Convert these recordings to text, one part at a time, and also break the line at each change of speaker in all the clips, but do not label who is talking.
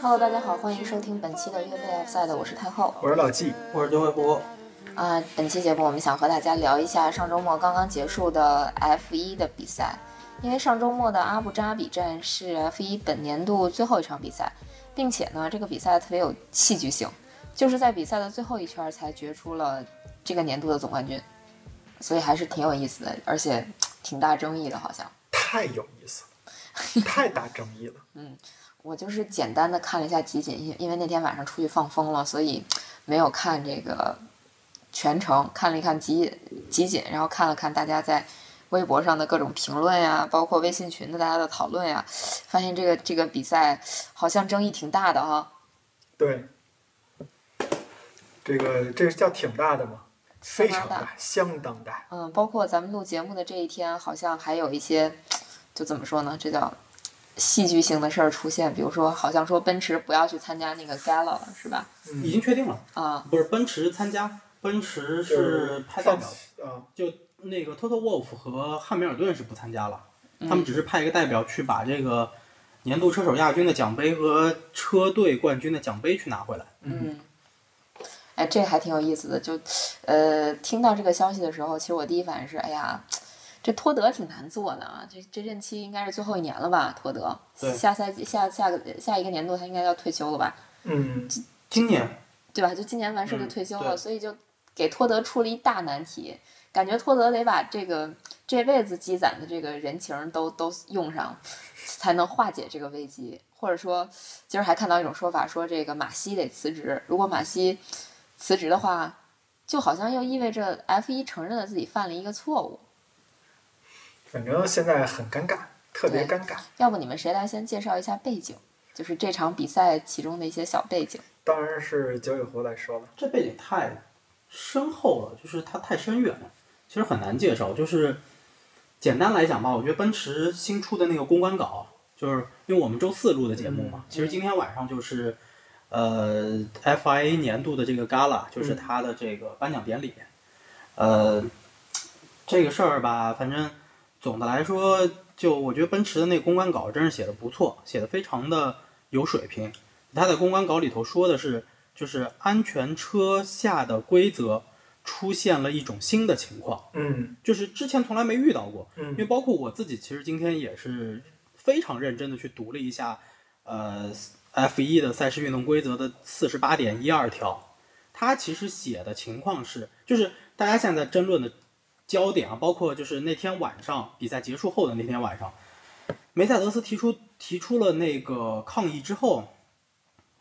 Hello，大家好，欢迎收听本期的越位 Outside，我是太后。
我是老纪，
我是刘伟博，
啊、本期节目我们想和大家聊一下上周末刚刚结束的 F 1的比赛，因为上周末的阿布扎比站是 F 1本年度最后一场比赛，并且呢，这个比赛特别有戏剧性，就是在比赛的最后一圈才决出了这个年度的总冠军，所以还是挺有意思的，而且挺大争议的，好像。
太有意思了，太大争议了。
我就是简单的看了一下集锦，因因为那天晚上出去放风了，所以没有看这个全程，看了一看集集锦，然后看了看大家在微博上的各种评论呀、包括微信群的大家的讨论呀、发现这个这个比赛好像争议挺大的哈，
对，这个这是叫挺大的吗？非常
相当
大，相当大。
嗯，包括咱们录节目的这一天，好像还有一些，就怎么说呢，这叫戏剧性的事儿出现，比如说，好像说奔驰不要去参加那个 gala 了，是吧？
已
嗯，
经确定了，
啊、
不是奔驰参加，奔驰是派代
放
表的，
啊，
就那个 Toto Wolff 和汉密尔顿是不参加了，
嗯
他们只是派一个代表去把这个年度车手亚军的奖杯和车队冠军的奖杯去拿回来。
嗯，哎，这还挺有意思的。就，呃，听到这个消息的时候，其实我第一反应是，哎呀，这托德挺难做的啊。这这任期应该是最后一年了吧？托德，
对
下赛季下下个下一个年度他应该要退休了吧？
嗯，
今年
对吧？就今年完事儿就
嗯
退休了，
对
所以就给托德出了一大难题。感觉托德得把这个这辈子积攒的这个人情儿都都用上，才能化解这个危机。或者说，今儿还看到一种说法，说这个马西得辞职。如果马西辞职的话，就好像又意味着 F 一承认了自己犯了一个错误。
反正现在很尴尬，特别
对
尴尬。
要不你们谁来先介绍一下背景？就是这场比赛其中的一些小背景。
当然是九尾狐来说了。
这背景太深厚了，就是它太深远了，其实很难介绍。就是简单来讲吧，我觉得奔驰新出的那个公关稿，就是因为我们周四录的节目嘛，其实今天晚上就是呃 FIA 年度的这个 gala，就是它的这个颁奖典礼。呃，这个事儿吧，反正总的来说，就我觉得奔驰的那个公关稿真是写的不错，写的非常的有水平。他在公关稿里头说的是，就是安全车下的规则出现了一种新的情况，
嗯
就是之前从来没遇到过。因为
嗯
包括我自己，其实今天也是非常认真的去读了一下，呃，F 1的赛事运动规则的四十八点一二条，它其实写的情况是，就是大家现在争论的焦点啊，包括就是那天晚上比赛结束后的那天晚上，梅赛德斯提出提出了那个抗议之后，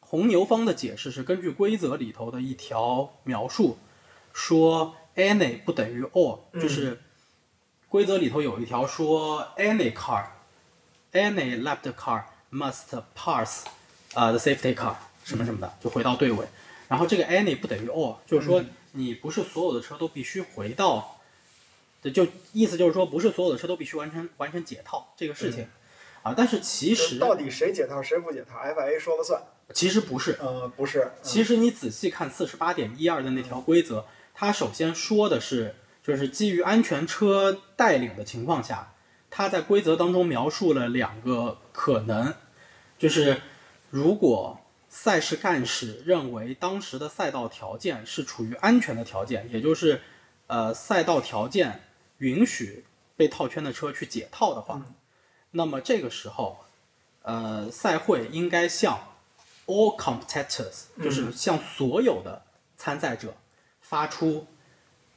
红牛方的解释是根据规则里头的一条描述，说 any 不等于 all，、
嗯
就是规则里头有一条说 any car any left car must pass 呃、the safety car 什么什么的，就回到队尾。然后这个 any 不等于 all，就是说
嗯
你不是所有的车都必须回到，对，就意思就是说不是所有的车都必须完成完成解套这个事情。啊，但是其
嗯就是
实
到底谁解套谁不解套，FIA 说了算。
其实不是，
呃，不是，
其
实
实你仔细看四十八点一二的那条规则，它首先说的是，就是基于安全车带领的情况下，它在规则当中描述了两个可能，就是如果赛事干事认为当时的赛道条件是处于安全的条件，也就是呃赛道条件允许被套圈的车去解套的话
嗯，
那么这个时候，呃，赛会应该向 all competitors，
嗯
就是向所有的参赛者发出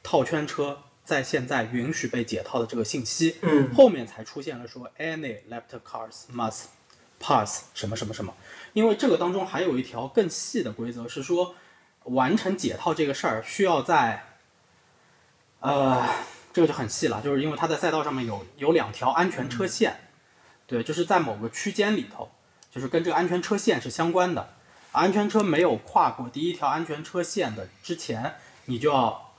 套圈车在现在允许被解套的这个信息。
嗯
后面才出现了说 any left cars must pass 什么什么什么，因为这个当中还有一条更细的规则是说，完成解套这个事儿需要在，呃，这个就很细了，就是因为它在赛道上面有有两条安全车线，对，就是在某个区间里头，就是跟这个安全车线是相关的。安全车没有跨过第一条安全车线的之前，你就要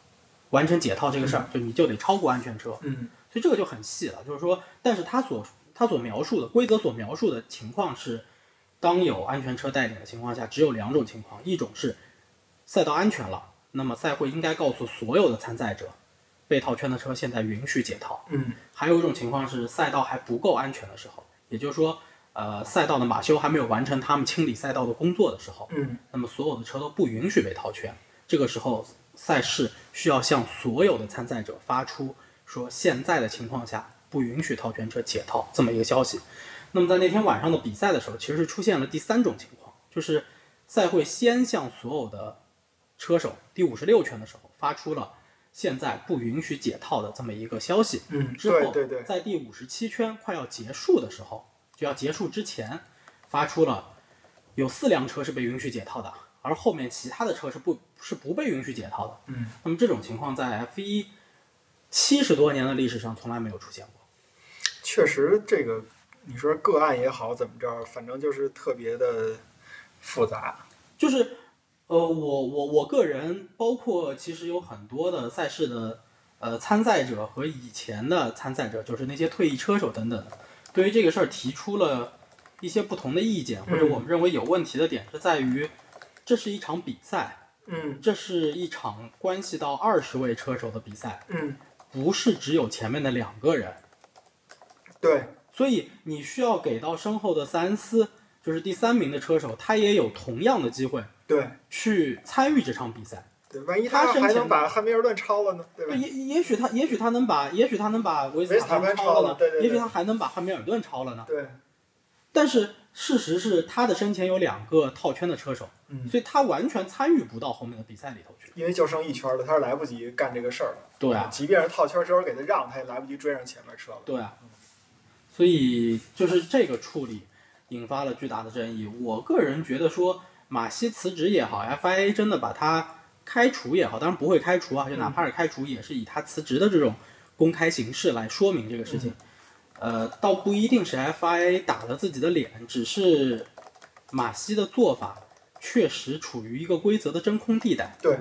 完成解套这个事儿，就你就得超过安全车。
嗯
所以这个就很细了，就是说，但是他所他所描述的规则所描述的情况是，当有安全车带领的情况下，只有两种情况，一种是赛道安全了，那么赛会应该告诉所有的参赛者，被套圈的车现在允许解套；
嗯
还有一种情况是赛道还不够安全的时候，也就是说，呃赛道的马修还没有完成他们清理赛道的工作的时候，
嗯，
那么所有的车都不允许被套圈。这个时候，赛事需要向所有的参赛者发出说现在的情况下不允许套圈车解套这么一个消息。那么在那天晚上的比赛的时候，其实是出现了第三种情况，就是赛会先向所有的车手第五十六圈的时候发出了现在不允许解套的这么一个消息。
嗯，
之后，
对对对，
在第五十七圈快要结束的时候，就要结束之前，发出了有四辆车是被允许解套的，而后面其他的车是不是不被允许解套的。
嗯，
那么这种情况在 F 一七十多年的历史上从来没有出现过。
确实这个你说个案也好，怎么着，反正就是特别的复杂。
就是，呃，我我我个人，包括其实有很多的赛事的呃参赛者和以前的参赛者，就是那些退役车手等等，对于这个事儿提出了一些不同的意见，或者我们认为有问题的点是在于，这是一场比赛，
嗯
这是一场关系到二十位车手的比赛，
嗯，
不是只有前面的两个人，
对，
所以你需要给到身后的塞恩斯，就是第三名的车手，他也有同样的机会
对
去参与这场比赛。
对，万一
他
他
生
还
前
能把汉密尔顿超了呢，对吧
对，？也也许他，也许他能把，也许他能把维斯塔
维
潘
斯塔潘超
了呢，
了对对对
也许他还能把汉密尔顿超了呢。
对，
但是事实是，他的身前有两个套圈的车手，
嗯，
所以他完全参与不到后面的比赛里头去。
因为就剩一圈了，他是来不及干这个事儿了。
对啊，
即便是套圈车给他让，他也来不及追上前面车了。
对啊，所以就是这个处理引发了巨大的争议。我个人觉得说，马西辞职也好，FIA 真的把他开除也好，当然不会开除啊，就哪怕是开除，也是以他辞职的这种公开形式来说明这个事情。呃，倒不一定是 FIA 打了自己的脸，只是马西的做法确实处于一个规则的真空地带。
对，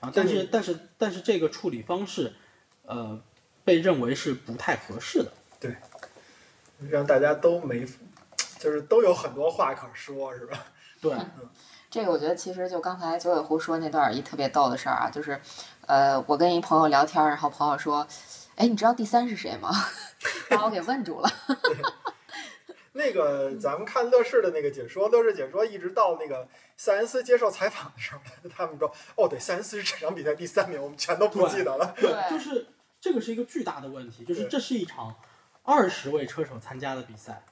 啊，
对
但是但是但是这个处理方式，呃，被认为是不太合适的。
让大家都没，就是都有很多话可说，是吧？
对，
这个我觉得其实就刚才九尾狐说那段儿一特别逗的事儿啊，就是，呃，我跟一朋友聊天儿，然后朋友说，哎，你知道第三是谁吗？ 把我给问住了。
那个
嗯
咱们看乐视的那个解说，乐视解说一直到那个塞恩斯接受采访的时候，他们说：“哦，对，塞恩斯是这场比赛第三名，我们全都不记得 了。
对
就是这个是一个巨大的问题，就是
对
这是一场二十位车手参加的比赛，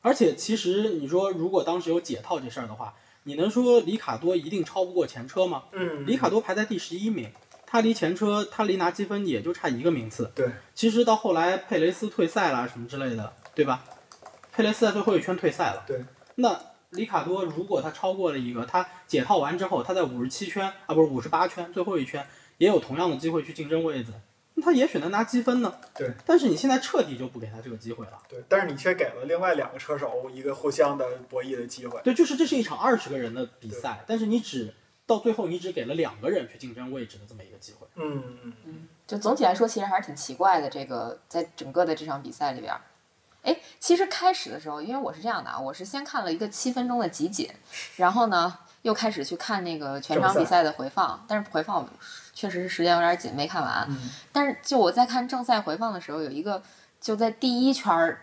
而且其实你说如果当时有解套这事儿的话，你能说里卡多一定超不过前车吗”？
嗯，
里卡多排在第十一名，他离前车他离拿积分也就差一个名次。
对，
其实到后来佩雷斯退赛啦什么之类的，对吧？佩雷斯在最后一圈退赛了。
对，
那里卡多如果他超过了一个，他解套完之后，他在五十七圈啊不是五十八圈最后一圈也有同样的机会去竞争位子，那他也许能拿积分呢。
对，
但是你现在彻底就不给他这个机会了。
对，但是你却给了另外两个车手一个互相的博弈的机会。
对，就是这是一场二十个人的比赛，但是你只到最后你只给了两个人去竞争位置的这么一个机会。
嗯，嗯
就总体来说，其实还是挺奇怪的。这个在整个的这场比赛里边儿，哎，其实开始的时候，因为我是这样的啊，我是先看了一个七分钟的集锦，然后呢又开始去看那个全场比赛的回放，但是回放确实是时间有点紧，没看完。
嗯
但是就我在看正赛回放的时候，有一个就在第一圈儿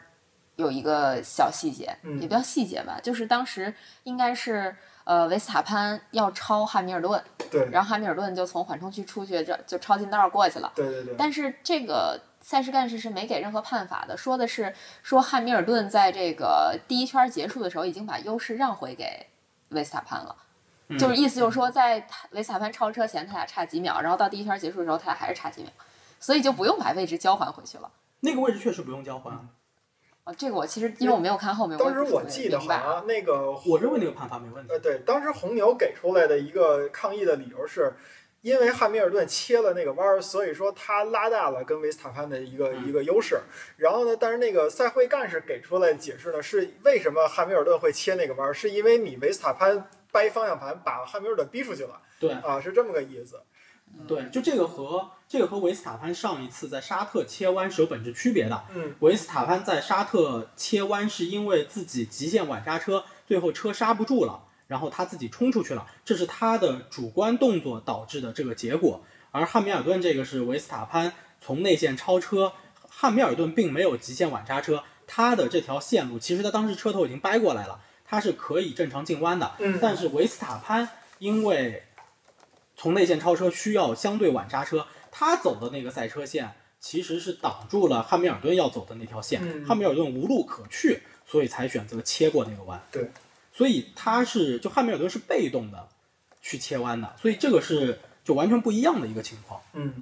有一个小细节，
嗯
也不叫细节吧，就是当时应该是呃维斯塔潘要超汉密尔顿，
对
然后汉密尔顿就从缓冲区出去，这就超近道儿过去了。
对对对，
但是这个赛事干事是没给任何判罚的，说的是说汉密尔顿在这个第一圈结束的时候已经把优势让回给维斯塔潘了，
嗯
就是意思就是说在他维斯塔潘超车前他俩差几秒，然后到第一圈结束的时候他俩还是差几秒，所以就不用把位置交还回去了。
那个位置确实不用交换啊，
啊，这个我其实因为我没有看后面，
当时
我也不
我
是特别
记得好
明白
像那个
我认为那个判罚没问题
呃，。对，当时红牛给出来的一个抗议的理由是，因为汉密尔顿切了那个弯儿，所以说他拉大了跟维斯塔潘的一个、
嗯
一个优势。然后呢，但是那个赛会干事给出来的解释呢，是为什么汉密尔顿会切那个弯儿，是因为你维斯塔潘掰方向盘把汉密尔顿逼出去了
对
啊，是这么个意思。
对，就这个和这个和维斯塔潘上一次在沙特切弯是有本质区别的。
嗯，
维斯塔潘在沙特切弯是因为自己极限晚刹车，最后车刹不住了，然后他自己冲出去了，这是他的主观动作导致的这个结果。而汉密尔顿这个是维斯塔潘从内线超车，汉密尔顿并没有极限晚刹车，它的这条线路，其实它当时车头已经掰过来了，它是可以正常进弯的。
嗯
但是维斯塔潘因为从内线超车需要相对晚刹车，他走的那个赛车线其实是挡住了汉密尔顿要走的那条线，
嗯
汉密尔顿无路可去，所以才选择切过那个弯。
对，
所以他是就汉密尔顿是被动的去切弯的，所以这个是就完全不一样的一个情况。
嗯，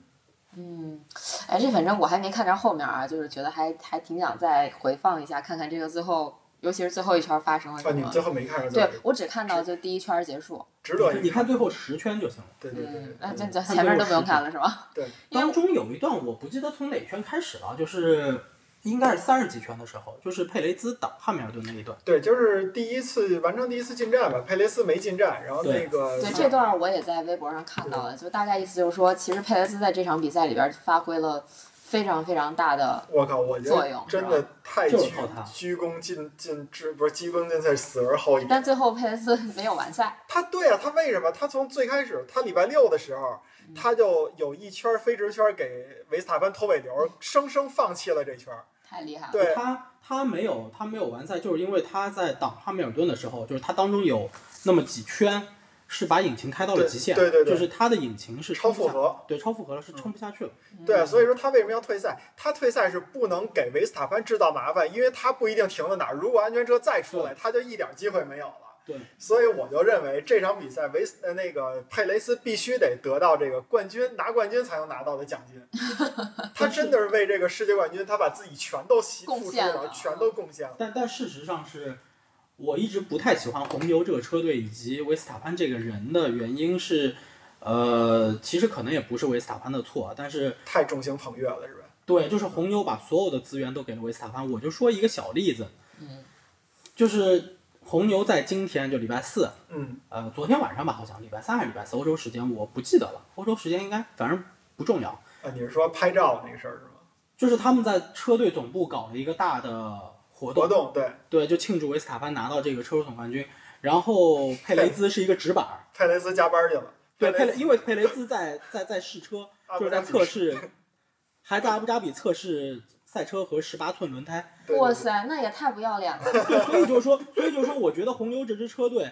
嗯，哎，这反正我还没看着后面啊，就是觉得还还挺想再回放一下，看看这个最后，尤其是最后一圈发生了
嗯
啊，
什
你
么。
最后没看上
对我只看到就第一圈结束，
值得一
你看最后十圈就行了。
对对对
嗯，那
对
这
对，
这前面都不用看了是吧？因为
当中有一段我不记得从哪圈开始了，就是应该是三十几圈的时候，就是佩雷兹挡汉密尔顿那一段。
对，就是第一次完成第一次进站吧，佩雷斯没进站，然后那个
对这段我也在微博上看到了，就大概意思就是说，其实佩雷斯在这场比赛里边发挥了非常非常大的，
我靠，我觉
作
得
用
真的太
就
鞠
是靠他
鞠躬尽尽致，不是鞠躬尽瘁，死而后已。
但最后佩雷斯没有完赛，
他对啊，他为什么？他从最开始，他礼拜六的时候，
嗯
他就有一圈非直圈给维斯塔潘拖尾流，生生放弃了这圈。
太厉害了。
对，
他他没有他没有完赛，就是因为他在挡汉密尔顿的时候，就是他当中有那么几圈是把引擎开到了极限，
对对对对
就是他的引擎是
超
撑不
负
下，
荷。嗯
对，超负荷了，是撑不下去了。
嗯
对啊，所以说他为什么要退赛？他退赛是不能给维斯塔潘制造麻烦，因为他不一定停在哪儿。如果安全车再出来，他就一点机会没有了。
对，
所以我就认为这场比赛维斯呃那个佩雷斯必须得得到这个冠军，拿冠军才能拿到的奖 金。他真的是为这个世界冠军，他把自己全都牺
贡
付出
献了嗯
全都贡献了。
但但事实上是，我一直不太喜欢红牛这个车队以及维斯塔潘这个人的原因是，呃，其实可能也不是维斯塔潘的错，啊但是
太众星捧月了，是吧？
对，就是红牛把所有的资源都给了维斯塔潘。我就说一个小例子，
嗯，
就是红牛在今天就礼拜四，
嗯，
呃，昨天晚上吧，好像礼拜三还是礼拜四，欧洲时间我不记得了，欧洲时间应该反正不重要。
啊，你是说拍照那个事儿是吗？
就是他们在车队总部搞了一个大的活动
活，动对，
对，就庆祝维斯塔潘拿到这个车手总冠军。然后佩雷兹是一个直板儿，
佩雷斯加班去了。
对佩
佩
雷，因为佩雷兹在在在试车，
啊
就是
不
在
然
测试，还在阿布扎比测试赛车和十八寸轮胎，
对
哇塞，那也太不要脸了。
对，所以就是说，所以就是说，我觉得红牛这支车队，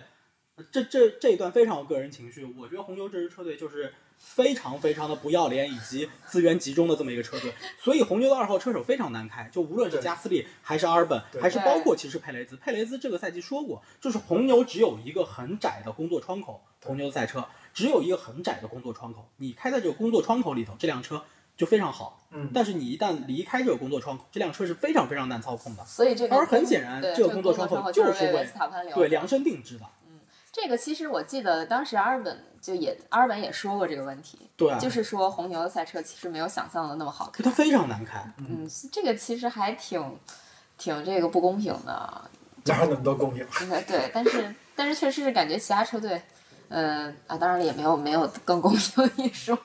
这这这一段非常有个人情绪，我觉得红牛这支车队就是非常非常的不要脸以及资源集中的这么一个车队，所以红牛的二号车手非常难开，就无论是
对
加斯利还是阿尔本，
对
还是包括其实佩雷兹，佩雷兹这个赛季说过，就是红牛只有一个很窄的工作窗口，红牛赛车只有一个很窄的工作窗口，你开在这个工作窗口里头，这辆车就非常好。
嗯
但是你一旦离开这个工作窗口，这辆车是非常非常难操控的。
所以这个
而很显然
对
这
这
个
个
工作
作
窗口
口
就是
是为
为
维斯塔潘留
对，
的。
量身定制的。
这个其实我记得当时阿尔本就也阿尔本也说过这个问题，
对啊，
就是说红牛的赛车其实没有想象的那么好看。
可它非常难开。
嗯，这个其实还挺挺这个不公平的。
哪有那么多供应？
对对，但是但是确实是感觉其他车队，嗯、啊，当然也没有没有更公平一说。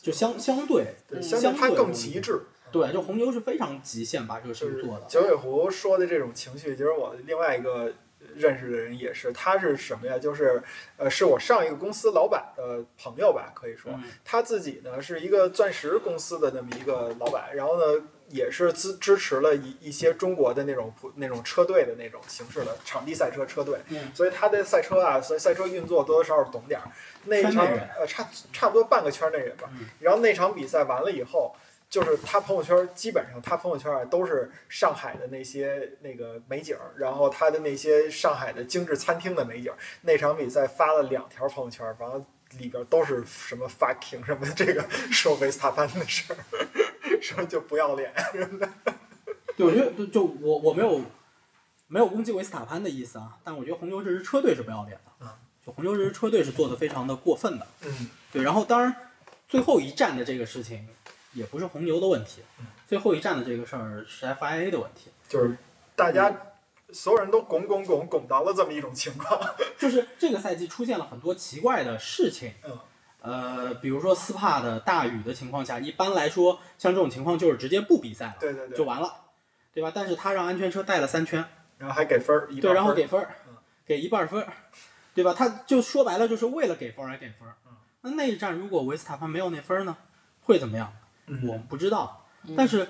就相相对
对，
嗯
相信他
相对
更极致。
对，就红牛是非常极限把这个事
就
情
是
做的。
九尾狐说的这种情绪，其实我另外一个认识的人也是，他是什么呀？就是呃，是我上一个公司老板的朋友吧，可以说
嗯
他自己呢是一个钻石公司的那么一个老板，然后呢也是支支持了一一些中国的那种普那种车队的那种形式的场地赛车车队，
嗯
所以他对赛车啊，所以赛车运作多多少少懂点儿。那
圈内
场
人
呃差差不多半个圈内人吧
嗯，
然后那场比赛完了以后。就是他朋友圈，基本上他朋友圈啊都是上海的那些那个美景儿，然后他的那些上海的精致餐厅的美景儿。那场比赛发了两条朋友圈，完了里边都是什么 fucking 什么这个 说维斯塔潘的事儿， 说就不要脸。
对，我觉得就就我我没有没有攻击维斯塔潘的意思啊，但我觉得红牛这支车队是不要脸的。
嗯
就红牛这支车队是做的非常的过分的。
嗯，
对，然后当然最后一站的这个事情也不是红牛的问题
嗯，
最后一站的这个事儿是 FIA 的问题。
就是大家
嗯
所有人都拱拱拱拱到了这么一种情况。
就是这个赛季出现了很多奇怪的事情。
嗯
呃，比如说斯帕的大雨的情况下，一般来说像这种情况就是直接不比赛了，
对对
就
对，
完了，对吧？但是他让安全车带了三圈，
然后还给分儿，一半
对，然后
分儿
给分儿
嗯，
给一半分儿，对吧？他就说白了就是为了给分儿而给分儿。
嗯
那那一站如果维斯塔潘没有那分儿呢，会怎么样？
嗯
我们不知道
嗯，
但是，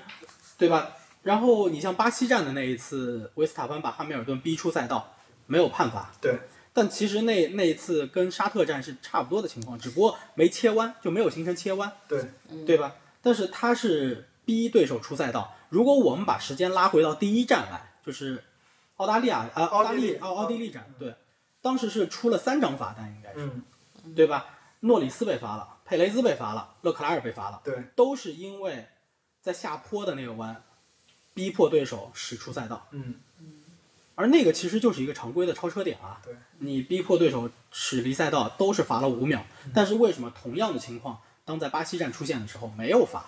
对吧？然后你像巴西站的那一次，维斯塔潘把汉密尔顿逼出赛道，没有判罚。
对。
但其实那那一次跟沙特站是差不多的情况，只不过没切弯，就没有形成切弯，
对，
对吧？但是他是逼对手出赛道。如果我们把时间拉回到第一站来，就是澳大利亚呃澳大
奥
利
地利
奥奥地利站，对，当时是出了三张罚单，应该是、
嗯，
对吧？诺里斯被罚了，佩雷兹被罚了，勒克莱尔被罚了，
对，
都是因为在下坡的那个弯逼迫对手驶出赛道。
嗯，
而那个其实就是一个常规的超车点啊。
对，
你逼迫对手驶离赛道都是罚了五秒，
嗯
但是为什么同样的情况，当在巴西站出现的时候没有罚？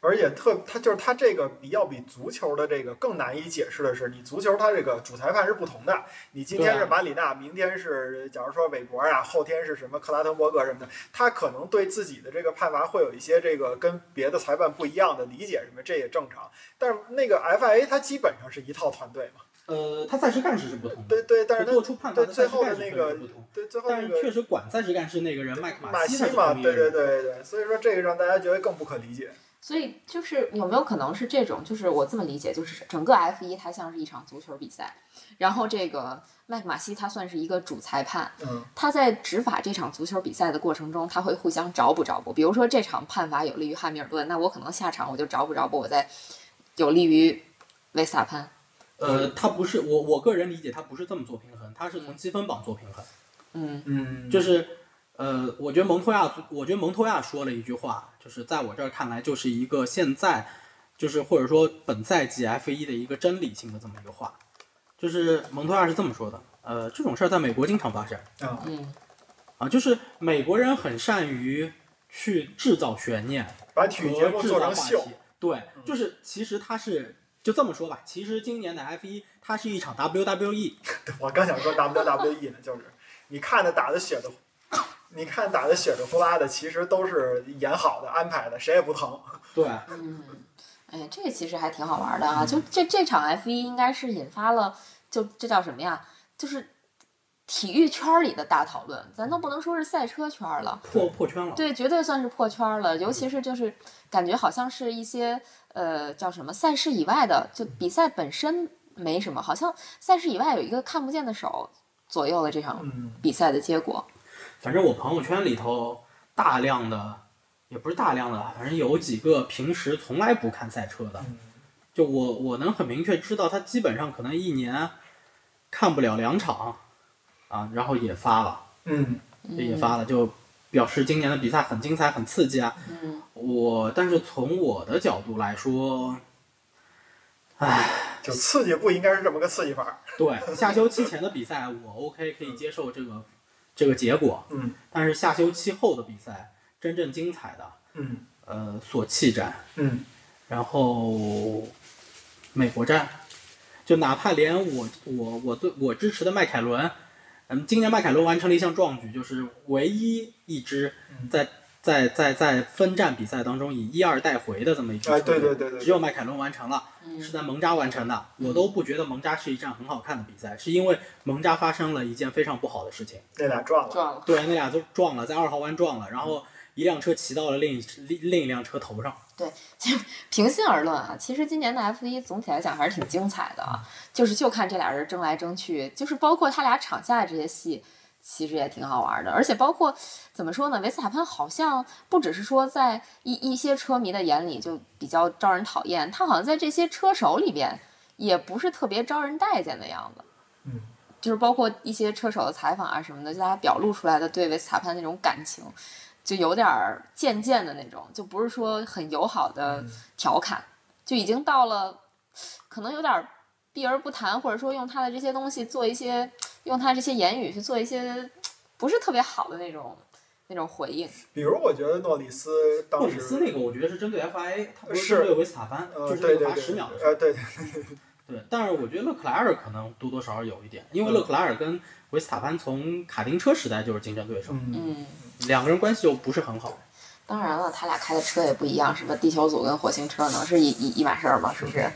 而且特他就是他这个比要比足球的这个更难以解释的是，你足球它这个主裁判是不同的，你今天
对啊
是马里纳，明天是假如说韦伯啊，后天是什么克拉滕伯格什么的，他可能对自己的这个判罚会有一些这个跟别的裁判不一样的理解什么，这也正常。但是那个 FIA 它基本上是一套团队嘛，
呃，他赛事干事是不同的，
对对，但是
就
它
做出判罚
对
的
最
赛事
后的
干事
那
确
个
实不同。
对最后
但
那
是
个
确实管赛事干事那个人麦克
马
西
西
他是
嘛，
同一
对
个
对
人，
对对对，所以说这个让大家觉得更不可理解。
所以就是有没有可能是这种？就是我这么理解，就是整个 F 一它像是一场足球比赛，然后这个麦克马西他算是一个主裁判，
嗯，
他在执法这场足球比赛的过程中，他会互相找补找补。比如说这场判罚有利于汉密尔顿，那我可能下场我就找补找补，我再有利于维斯塔潘。
呃，他不是我我个人理解，他不是这么做平衡，他是从积分榜做平衡。
嗯
嗯
就是是，呃，我觉得蒙托亚，我觉得蒙托亚说了一句话，就是在我这儿看来，就是一个现在，就是或者说本赛季 F 1的一个真理性的这么一个话，就是蒙托亚是这么说的，呃，这种事儿在美国经常发生
啊，
嗯
啊，就是美国人很善于去制造悬念
把体育节
和
目
制
做
造
成
话
秀嗯
题，，对，就是其实他是。就这么说吧，其实今年的 F 1它是一场 E，WWE，
我刚想说 WWE 呢，就是你看的打的血的，你看打的血的呼啦的，其实都是演好的、安排的，谁也不疼。
对，
嗯，哎，这个其实还挺好玩的啊！就这这场 F 一应该是引发了，就这叫什么呀？就是体育圈儿里的大讨论，咱都不能说是赛车圈儿了。
破破圈了。
对，绝对算是破圈儿了。尤其是就是感觉好像是一些呃叫什么赛事以外的，就比赛本身没什么，好像赛事以外有一个看不见的手左右了这场
嗯，
比赛的结果。
反正我朋友圈里头大量的，也不是大量的，反正有几个平时从来不看赛车的，就我我能很明确知道他基本上可能一年看不了两场啊，然后也发了，
嗯，
也发了，就表示今年的比赛很精彩、很刺激啊。
嗯，
我但是从我的角度来说，
就刺激不应该是这么个刺激法儿。
对下休期前的比赛我 OK 可以接受这个这个结果，
嗯
但是下休期后的比赛真正精彩的，
嗯
呃，索契站。
嗯
然后美国站，就哪怕连我我我最我支持的迈凯伦，嗯，今年迈凯伦完成了一项壮举，就是唯一一支
嗯
在在在在分站比赛当中以一二带回的这么一支
哎
车队
对对对对对
只有迈凯伦完成了，是在蒙扎完成的。我都不觉得蒙扎是一站很好看的比赛，是因为蒙扎发生了一件非常不好的事情。
那俩撞了。
撞了。
对，那俩都撞了，在二号弯撞了，然
嗯
后一辆车骑到了另一另另一辆车头上。
平心而论啊，其实今年的 F 一总体来讲还是挺精彩的啊，就是就看这俩人争来争去，就是包括他俩场下的这些戏。其实也挺好玩的，而且包括怎么说呢，维斯塔潘好像不只是说在一一些车迷的眼里就比较招人讨厌，他好像在这些车手里边也不是特别招人待见的样子。
嗯，
就是包括一些车手的采访啊什么的，就大家表露出来的对维斯塔潘那种感情，就有点儿渐渐的那种，就不是说很友好的调侃，就已经到了可能有点儿避而不谈，或者说用他的这些东西做一些，用他这些言语去做一些不是特别好的那种那种回应。
比如我觉得诺里斯
诺
当
里
时
斯那个，我觉得是针对 FIA，他不
是
是针对维斯塔潘，
呃
就
对
是
对
罚
对
十
对
秒的事儿。
呃对对
对，但是我觉得勒克莱尔可能多多少少有一点，因
嗯
为勒克莱尔跟维斯塔潘从卡丁车时代就是竞争对手，
嗯
嗯，
两个人关系又不是很好。
当然了，他俩开的车也不一样，什么地球组跟火星车能是一一一码事儿吗？是不是？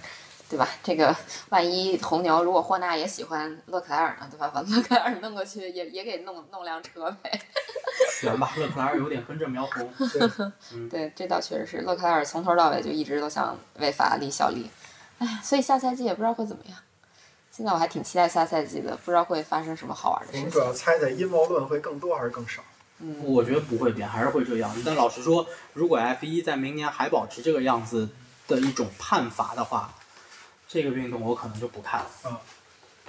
对吧？这个万一红牛如果霍纳也喜欢勒克莱尔呢，对吧？把勒克莱尔弄过去也也给弄弄辆车呗。
悬吧，勒克莱尔有点跟着苗红。
对，这倒确实是勒克莱尔从头到尾就一直都想为法拉利效力，哎，所以下赛季也不知道会怎么样。现在我还挺期待下赛季的，不知道会发生什么好玩的
我
事
们主
情。
要猜猜阴谋论会更多还是更少？
嗯，
我觉得不会变，还是会这样。但老实说，如果 F 一在明年还保持这个样子的一种判罚的话，这个运动我可能就不看了。
嗯，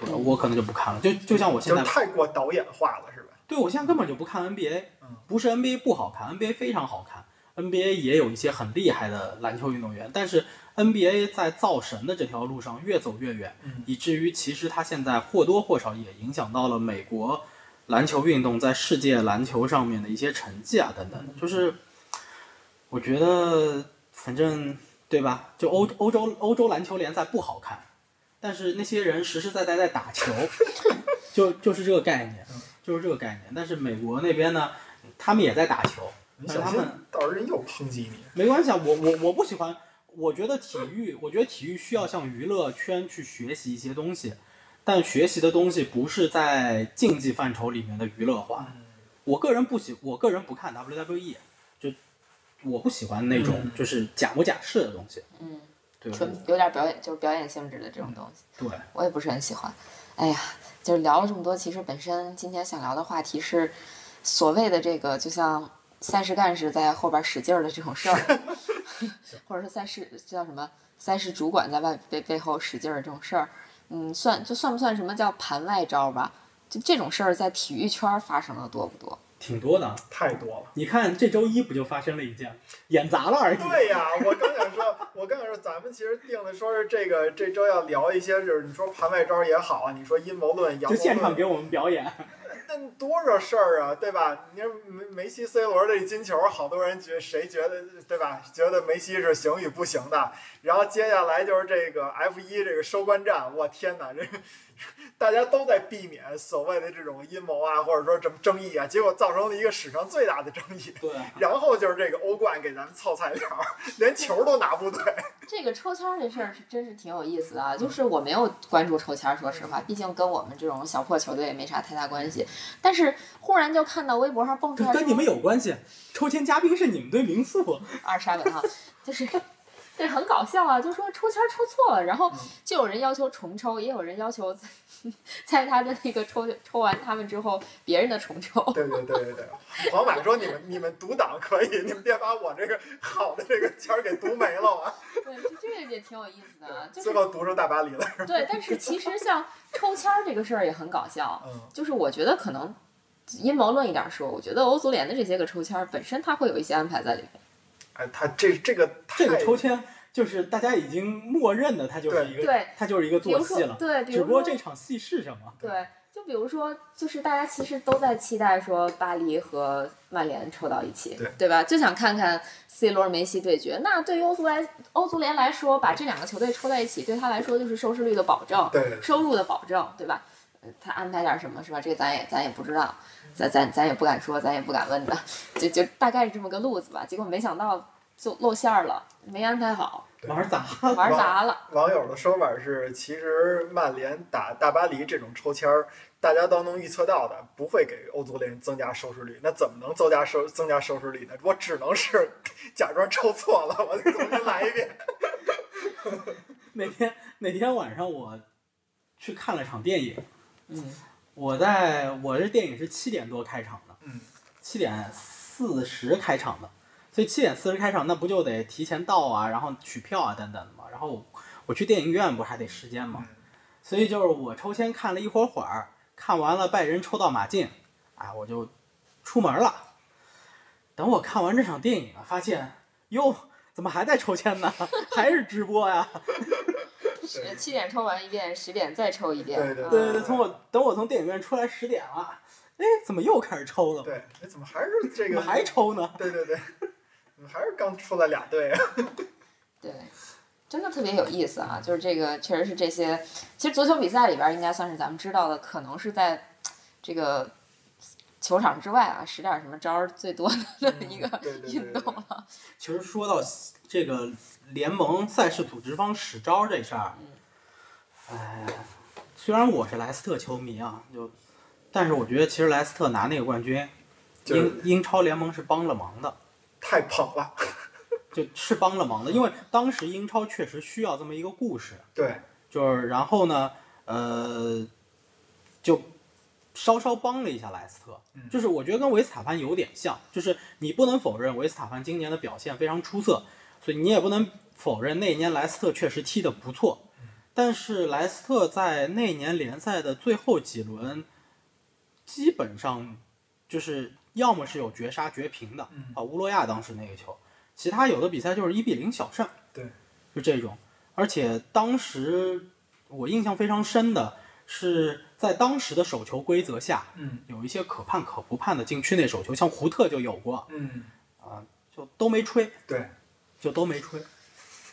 对，我可能就不看了。就就像我现
就
在
是，太过导演化了，是吧？
对我现在根本就不看 NBA，
嗯
不是 NBA 不好看，NBA 非常好看。NBA 也有一些很厉害的篮球运动员，但是 NBA 在造神的这条路上越走越远，
嗯
以至于其实它现在或多或少也影响到了美国篮球运动在世界篮球上面的一些成绩啊等等的。就是我觉得，反正对吧？就
嗯
欧欧洲欧洲篮球联赛不好看，但是那些人实实在在在打 球，就就是这个概念，就是这个概念。但是美国那边呢，他们也在打球，
你
但是
小
他
心
们，
到时候人又抨击你。
没关系啊，我我我不喜欢，我觉得体育，我觉得体育需要向娱乐圈去学习一些东西，但学习的东西不是在竞技范畴里面的娱乐化。我个人不喜，我个人不看 WWE，就我不喜欢那种
嗯
就是假模假式的东西，
嗯，
对吧？
纯有点表演，就是表演性质的这种东西，
对，
我也不是很喜欢。哎呀，就是聊了这么多，其实本身今天想聊的话题是所谓的这个，就像三十干事在后边使劲儿的这种事儿，或者说赛事这叫什么赛事主管在外背背后使劲儿的这种事儿，嗯，算就算不算什么叫盘外招吧？就这种事儿在体育圈儿发生的多不多？
挺多的啊。
太多了。
你看这周一不就发生了一件，演砸了而已。
对呀，我刚想说，我刚想说，咱们其实定的说是这个这周要聊一些，就是你说盘外招也好啊，你说阴谋论、阳谋
就现场
论，
给我们表演，
那多少事儿啊，对吧？你说梅梅西、C 罗这金球，好多人觉谁觉得对吧？觉得梅西是行与不行的。然后接下来就是这个 F 一这个收官战，我天哪，这 大家都在避免所谓的这种阴谋啊，或者说什么争议啊，结果造成了一个史上最大的争议。
对，
然后就是这个欧冠给咱们凑菜鸟，连球都拿不对。
这个抽签儿这事儿是真是挺有意思的
嗯
啊，就是我没有关注抽签儿，说实话，毕竟跟我们这种小破球队也没啥太大关系。但是忽然就看到微博上蹦出来
跟你们有关系。抽签嘉宾是你们队名宿，
二沙文哈，就是对很搞笑啊，就说抽签儿抽错了，然
嗯
后就有人要求重抽，也有人要求 在在他的那个抽抽完他们之后别人的重抽。
对对对对对，皇马说你们你们独挡可以，你们别把我这个好的这个签儿给独没了啊！
对，这这个也挺有意思的啊，就
最
是
后独出大巴黎了。
对，但是其实像抽签儿这个事儿也很搞笑，
嗯，
就是我觉得可能阴谋论一点说，我觉得欧足联的这些个抽签儿本身它会有一些安排在里面。
哎，他这这个太
这个抽签就是大家已经默认的，它就是一个
对，
它就是一个
比如
做
说
戏了。
对，比
只
如
不过
说
这场戏是什么？
对，就比如说，就是大家其实都在期待说巴黎和曼联抽到一起，
对
吧？就想看看 C 罗、梅西对决。那对于欧足来欧足联来说，把这两个球队抽在一起，对他来说就是收视率的保证，
对
收入的保证，对吧？呃他安排点什么是吧？这个咱也咱也不知道，咱咱咱也不敢说，咱也不敢问的， 就就大概是这么个路子吧。结果没想到就露馅儿了，没安排好，
对
玩砸了，
玩砸了。
网友的说法是，其实曼联打大巴黎这种抽签儿，大家都能预测到的，不会给欧足联增加收视率。那怎么能增加收增加收视率呢？我只能是 假装抽错了，我再重新来一遍。
那天那天晚上我去看了场电影，
嗯，
我在我这电影是七点多开场的，
嗯，
七点四十开场的，所以七点四十开场，那不就得提前到啊，然后取票啊等等的嘛。然后我我去电影院不还得时间嘛，所以就是我抽签看了一会儿会儿，看完了拜仁抽到马竞，啊，我就出门了。等我看完这场电影啊，发现哟，怎么还在抽签呢？还是直播呀、
是七点抽完一遍，十点再抽一遍。
对对
啊
对对对，从我等我从电影院出来十点了，哎，怎么又开始抽了？
对，哎怎么还是这
怎
个？
么还抽呢？
对对对，怎么还是刚出来俩队啊？
对，真的特别有意思啊！就是这个，确实是这些。其实足球比赛里边儿应该算是咱们知道的，可能是在这个球场之外啊，使点什么招儿最多的 一个
嗯对对对
运动了。
其实说到这个联盟赛事组织方使招这事儿，哎，虽然我是莱斯特球迷啊，就，但是我觉得其实莱斯特拿那个冠军
就是
英英超联盟是帮了忙的，
太捧了。
就是帮了忙的，因为当时英超确实需要这么一个故事，
对，
就是然后呢，呃，就稍稍帮了一下莱斯特
嗯，
就是我觉得跟维斯塔潘有点像，就是你不能否认维斯塔潘今年的表现非常出色，所以你也不能否认那一年莱斯特确实踢得不错，
嗯
但是莱斯特在那年联赛的最后几轮，基本上就是要么是有绝杀绝平的
嗯，
啊，乌洛亚当时那个球，其他有的比赛就是一比零小胜，
对，
就这种。而且当时我印象非常深的是，在当时的手球规则下，
嗯
有一些可判可不判的禁区内手球，像胡特就有过，
嗯，
就都没吹，
对，
就都没吹。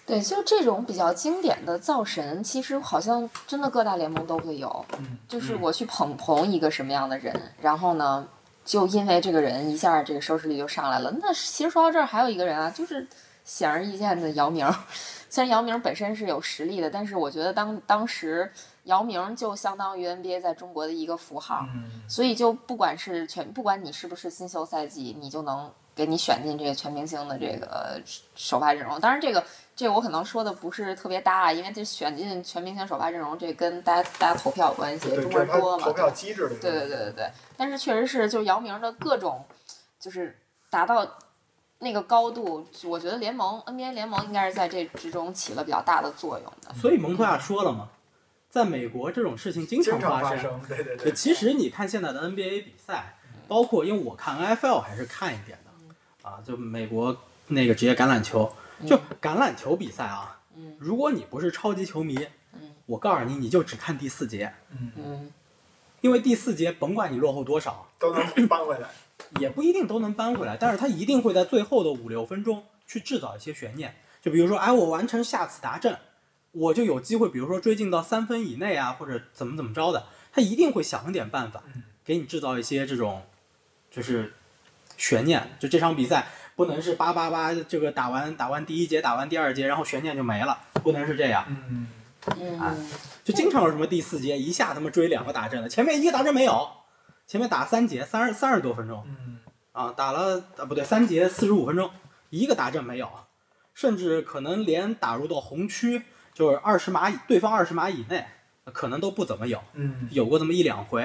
对，就这种比较经典的造神，其实好像真的各大联盟都会有。
嗯
就是
嗯
我去捧红一个什么样的人，然后呢，就因为这个人一下这个收视率就上来了。那其实说到这儿，还有一个人啊，就是显而易见的姚明儿。 虽然姚明儿本身是有实力的，但是我觉得当当时姚明儿就相当于 NBA 在中国的一个符号。
嗯
所以就不管是全，不管你是不是新秀赛季，你就能给你选进这个全明星的这个首发阵容。当然，这个这个我可能说的不是特别搭啊，因为这选进全明星首发阵容，这跟大家大家投票有关系，
对，
中
这
国
是
人
他
多嘛，
投票机制的一个。
对对对对对，但是确实是，就姚明的各种，就是达到那个高度，我觉得联盟 NBA 联盟应该是在这之中起了比较大的作用的。
所以蒙特亚说了嘛，在美国这种事情经
经
常
常
发
发
生。
生，对对
对，
对，
其实你看现在的 NBA 比赛，包括因为我看 NFL 还是看一点的，啊，就美国那个职业橄榄球，就橄榄球比赛啊，
嗯
如果你不是超级球迷，
嗯
我告诉你，你就只看第四节，
嗯，
嗯，
因为第四节甭管你落后多少，
都能搬回来。
也不一定都能扳回来，但是他一定会在最后的五六分钟去制造一些悬念。就比如说，哎，我完成下次达阵，我就有机会，比如说追进到三分以内啊，或者怎么怎么着的，他一定会想一点办法
嗯，
给你制造一些这种就是悬念。就这场比赛不能是八八八，这个打完打完第一节，打完第二节，然后悬念就没了，不能是这样。
嗯，
哎
嗯
就经常有什么第四节一下他妈追两个打阵的，前面一个打阵没有，前面打三节三十三十多分钟。
嗯，
啊，打了啊不对，三节四十五分钟，一个达阵没有，甚至可能连打入到红区，就是二十码以对方二十码以内，可能都不怎么有，
嗯，
有过这么一两回，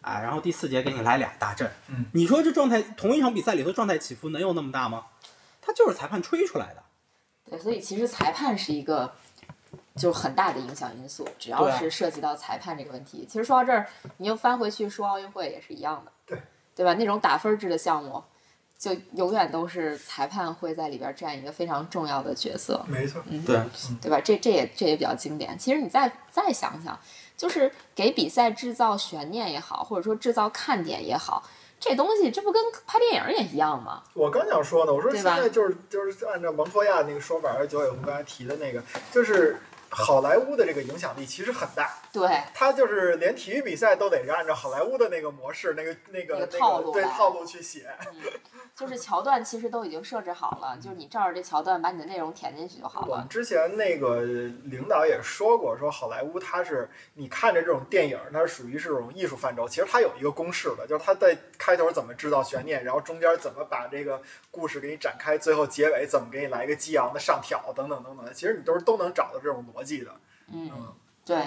啊，然后第四节给你来俩达阵，
嗯，
你说这状态，同一场比赛里头状态起伏能有那么大吗？他就是裁判吹出来的，
对，所以其实裁判是一个就是很大的影响因素，只要
对啊
是涉及到裁判这个问题，其实说到这儿，你又翻回去说奥运会也是一样的，
对
对吧？那种打分制的项目，就永远都是裁判会在里边占一个非常重要的角色。
没错。
对，
对吧？这这也这也比较经典。其实你再再想想，就是给比赛制造悬念也好，或者说制造看点也好，这东西这不跟拍电影也一样吗？
我刚想说呢，我说
对
现
吧
在就是就是按照蒙托亚那个说法，还是九尾狐刚才提的那个，就是好莱坞的这个影响力其实很大。
对，
他就是连体育比赛都得是按照好莱坞的那个模式、那个那个
那个
那
套路
对
来
套路去写。
就是桥段其实都已经设置好了，就是你照着这桥段把你的内容填进去就好
我们
了。
之前那个领导也说过，说好莱坞它是你看着这种电影，它是属于是这种艺术范畴，其实它有一个公式的，就是它在开头怎么制造悬念，然后中间怎么把这个故事给你展开，最后结尾怎么给你来一个激昂的上挑，等等等等，其实你都是都能找到这种逻辑的。
嗯，
嗯，
对，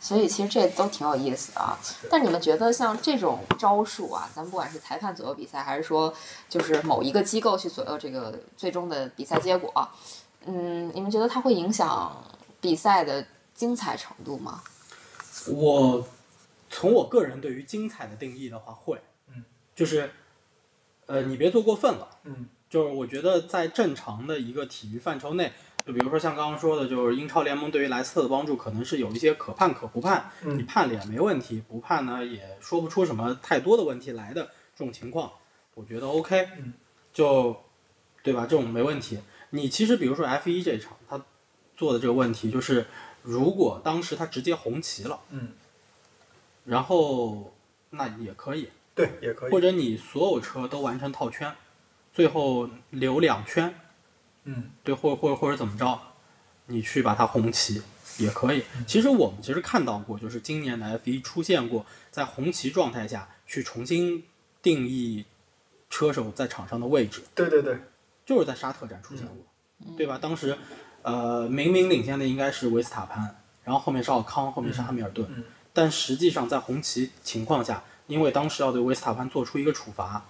所以其实这都挺有意思的啊。但你们觉得像这种招数啊，咱不管是裁判左右比赛，还是说就是某一个机构去左右这个最终的比赛结果，嗯，你们觉得它会影响比赛的精彩程度吗？
我从我个人对于精彩的定义的话，会，
嗯，
就是，呃，你别做过分了。
嗯
就是我觉得在正常的一个体育范畴内，就比如说像刚刚说的，就是英超联盟对于莱斯特的帮助可能是有一些可判可不判，你
嗯
判了也没问题，不判呢也说不出什么太多的问题来的这种情况，我觉得 OK，
嗯
就对吧？这种没问题。你其实比如说 F 1这一场，他做的这个问题就是，如果当时他直接红旗了，
嗯，
然后那也可以，
对，也可
或
以。
者你所有车都完成套圈，最后留两圈。
嗯
对，或或或者怎么着，你去把它红旗也可以。其实我们其实看到过，就是今年的 F 一出现过在红旗状态下去重新定义车手在场上的位置，
对对对，
就是在沙特站出现过，对吧？当时，呃，明明领先的应该是维斯塔潘，然后后面是奥康，后面是哈密尔顿，
嗯
但实际上在红旗情况下，因为当时要对维斯塔潘做出一个处罚，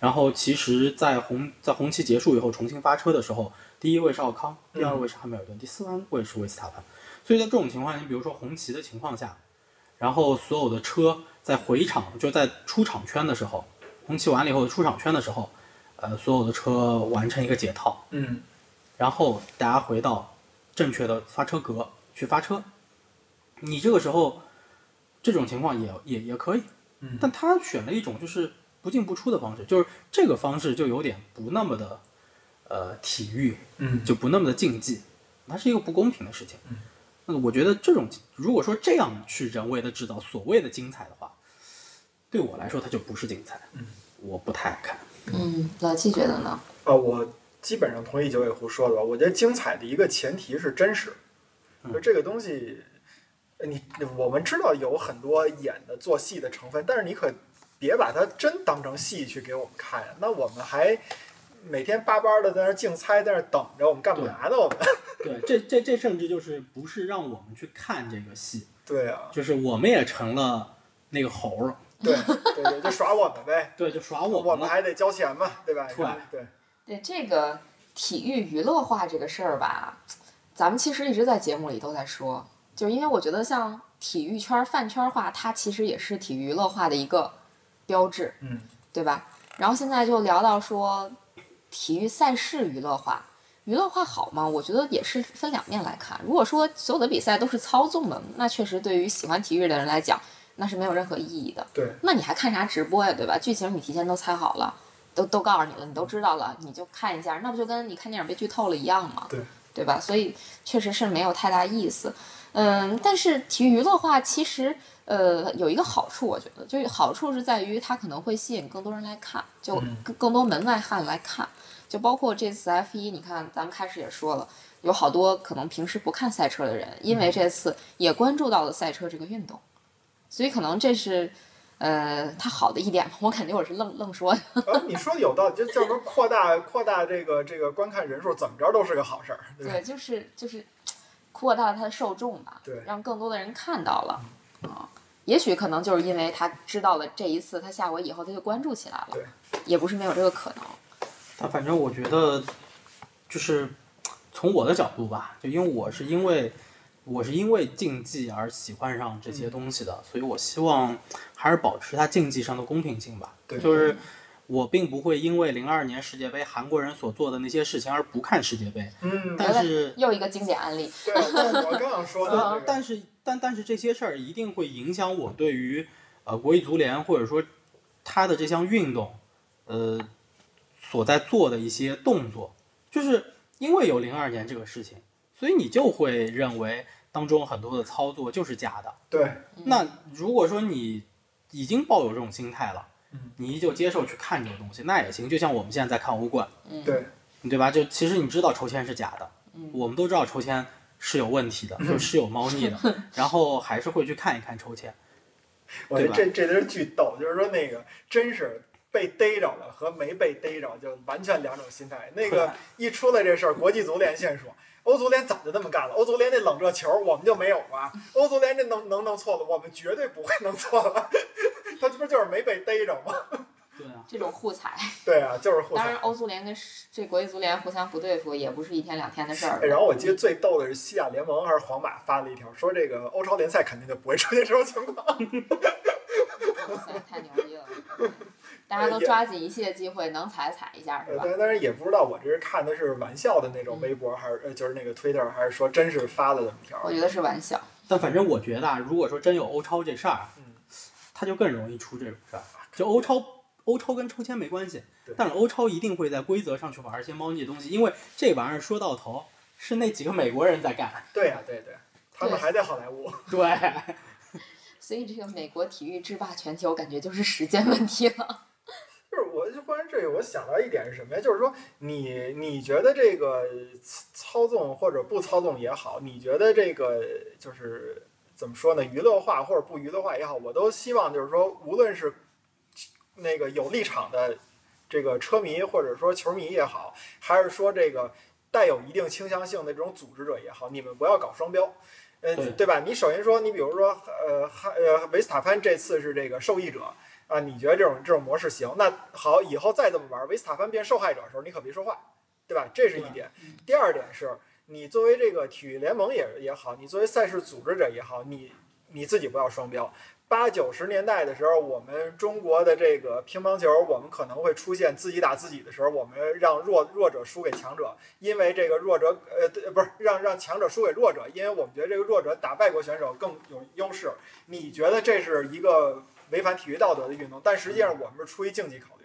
然后其实在红在红旗结束以后重新发车的时候，第一位是奥康，第
嗯
二位是哈密尔顿，第四位是维斯塔潘，所以在这种情况下，你比如说红旗的情况下，然后所有的车在回场，就在出场圈的时候，红旗完了以后出场圈的时候，呃，所有的车完成一个解套，
嗯
然后大家回到正确的发车格去发车。你这个时候这种情况也也也可以，
嗯
但他选了一种就是不进不出的方式，就是这个方式就有点不那么的呃体育，
嗯，
就不那么的竞技，它是一个不公平的事情
嗯。
那我觉得这种如果说这样去人为的制造所谓的精彩的话，对我来说它就不是精彩
嗯，
我不太爱看。
嗯，老季觉得呢？
啊，我基本上同意九尾狐说的吧。我觉得精彩的一个前提是真实，就这个东西，呃你我们知道有很多演的做戏的成分，但是你可别把它真当成戏去给我们看呀。那我们还每天巴巴的在那儿竞猜，在那儿等着，我们干嘛呢？我们
对，这这这甚至就是不是让我们去看这个戏，
对啊，
就是我们也成了那个猴儿了，
对对对，就耍我们呗。
对，就耍我
我
们
们
了。
还得交钱嘛，对吧？
对
对，
对这个体育娱乐化这个事儿吧，咱们其实一直在节目里都在说，就是因为我觉得像体育圈儿饭圈儿化，它其实也是体育娱乐化的一个标志，
嗯
对吧？然后现在就聊到说体育赛事娱乐化，娱乐化好吗？我觉得也是分两面来看。如果说所有的比赛都是操纵的，那确实对于喜欢体育的人来讲，那是没有任何意义的。
对，
那你还看啥直播呀，对吧？剧情你提前都猜好了，都都告诉你了，你都知道了，你就看一下，那不就跟你看电影被剧透了一样吗？
对，
对吧？所以确实是没有太大意思。嗯，但是体育娱乐化其实呃有一个好处，我觉得就是好处是在于它可能会吸引更多人来看，就
嗯
更更多门外汉来看。就包括这次 F 一，你看咱们开始也说了，有好多可能平时不看赛车的人，因为这次也关注到了赛车这个运动，所以可能这是呃它好的一点吧。我感觉我是愣愣说的，
啊，你说有道理，就叫什么扩大扩大这个这个观看人数，怎么着都是个好事儿，对吧？
对，就是就是扩大它的受众吧，
对嗯
让更多的人看到了啊。也许可能就是因为他知道了这一次，他下回以后他就关注起来了
对，
也不是没有这个可能。
他反正我觉得，就是从我的角度吧，就因为我是因为我是因为竞技而喜欢上这些东西的，所以我希望还是保持它竞技上的公平性吧。
对
就是我并不会因为零二年世界杯韩国人所做的那些事情而不看世界杯，
嗯，
但是
又一个经典案例，
对，对我刚想说的
呃，
这个，
但是但但是这些事儿一定会影响我对于呃国际足联或者说他的这项运动，呃所在做的一些动作，就是因为有零二年这个事情，所以你就会认为当中很多的操作就是假的。
对，
那如果说你已经抱有这种心态了
嗯，
你依旧接受去看这个东西，那也行。就像我们现在在看欧冠，
嗯，
对，
对吧？就其实你知道抽签是假的，
嗯
我们都知道抽签是有问题的，就是有猫腻的，然后还是会去看一看抽签。
我觉得这
对
这都是巨逗，就是说那个真是被逮着了和没被逮着就完全两种心态。那个一出来这事儿，国际足联先说，欧足联早就这么干了，欧足联那冷热球我们就没有啊，欧足联这能能弄错了，我们绝对不会弄错了。 他这不就是没被逮着吗？
对啊，
这种互踩，
对啊，就是互
当
相
然。欧足联跟这国际足联互相不对付，也不是一天两天的事儿
哎。然后我记得最逗的是西甲联盟还是皇马发了一条，说这个欧超联赛肯定就不会出现这种情况。
太太牛逼了， 大家都抓紧一切机会，能踩踩一下是
呃，
吧？
但但是也不知道我这是看的是玩笑的那种微博，还是呃就是那个 Twitter，还是说真是发了这么条？
我觉得是玩笑。
但反正我觉得啊，如果说真有欧超这事儿
嗯，
它就更容易出这种事儿。就欧超，欧超跟抽签没关系
对，
但是欧超一定会在规则上去玩一些猫腻的东西，因为这玩意儿说到头是那几个美国人在干。
对呀、对对，他们还在好莱坞。
对，
所以这个美国体育制霸全球，感觉就是时间问题了。
就是我就忽然这个，我想到一点是什么呀？就是说你你觉得这个操纵或者不操纵也好，你觉得这个就是怎么说呢？娱乐化或者不娱乐化也好，我都希望就是说，无论是那个有立场的这个车迷或者说球迷也好，还是说这个带有一定倾向性的这种组织者也好，你们不要搞双标。呃，
对
对吧？你首先说，你比如说，呃，哈，呃，维斯塔潘这次是这个受益者啊，你觉得这种这种模式行？那好，以后再这么玩，维斯塔潘变受害者的时候，你可别说话，对吧？这是一点。第二点是，你作为这个体育联盟也也好，你作为赛事组织者也好，你你自己不要双标。八九十年代的时候，我们中国的这个乒乓球，我们可能会出现自己打自己的时候，我们让弱弱者输给强者，因为这个弱者呃对不是让让强者输给弱者，因为我们觉得这个弱者打外国选手更有优势。你觉得这是一个违反体育道德的运动，但实际上我们是出于竞技考虑。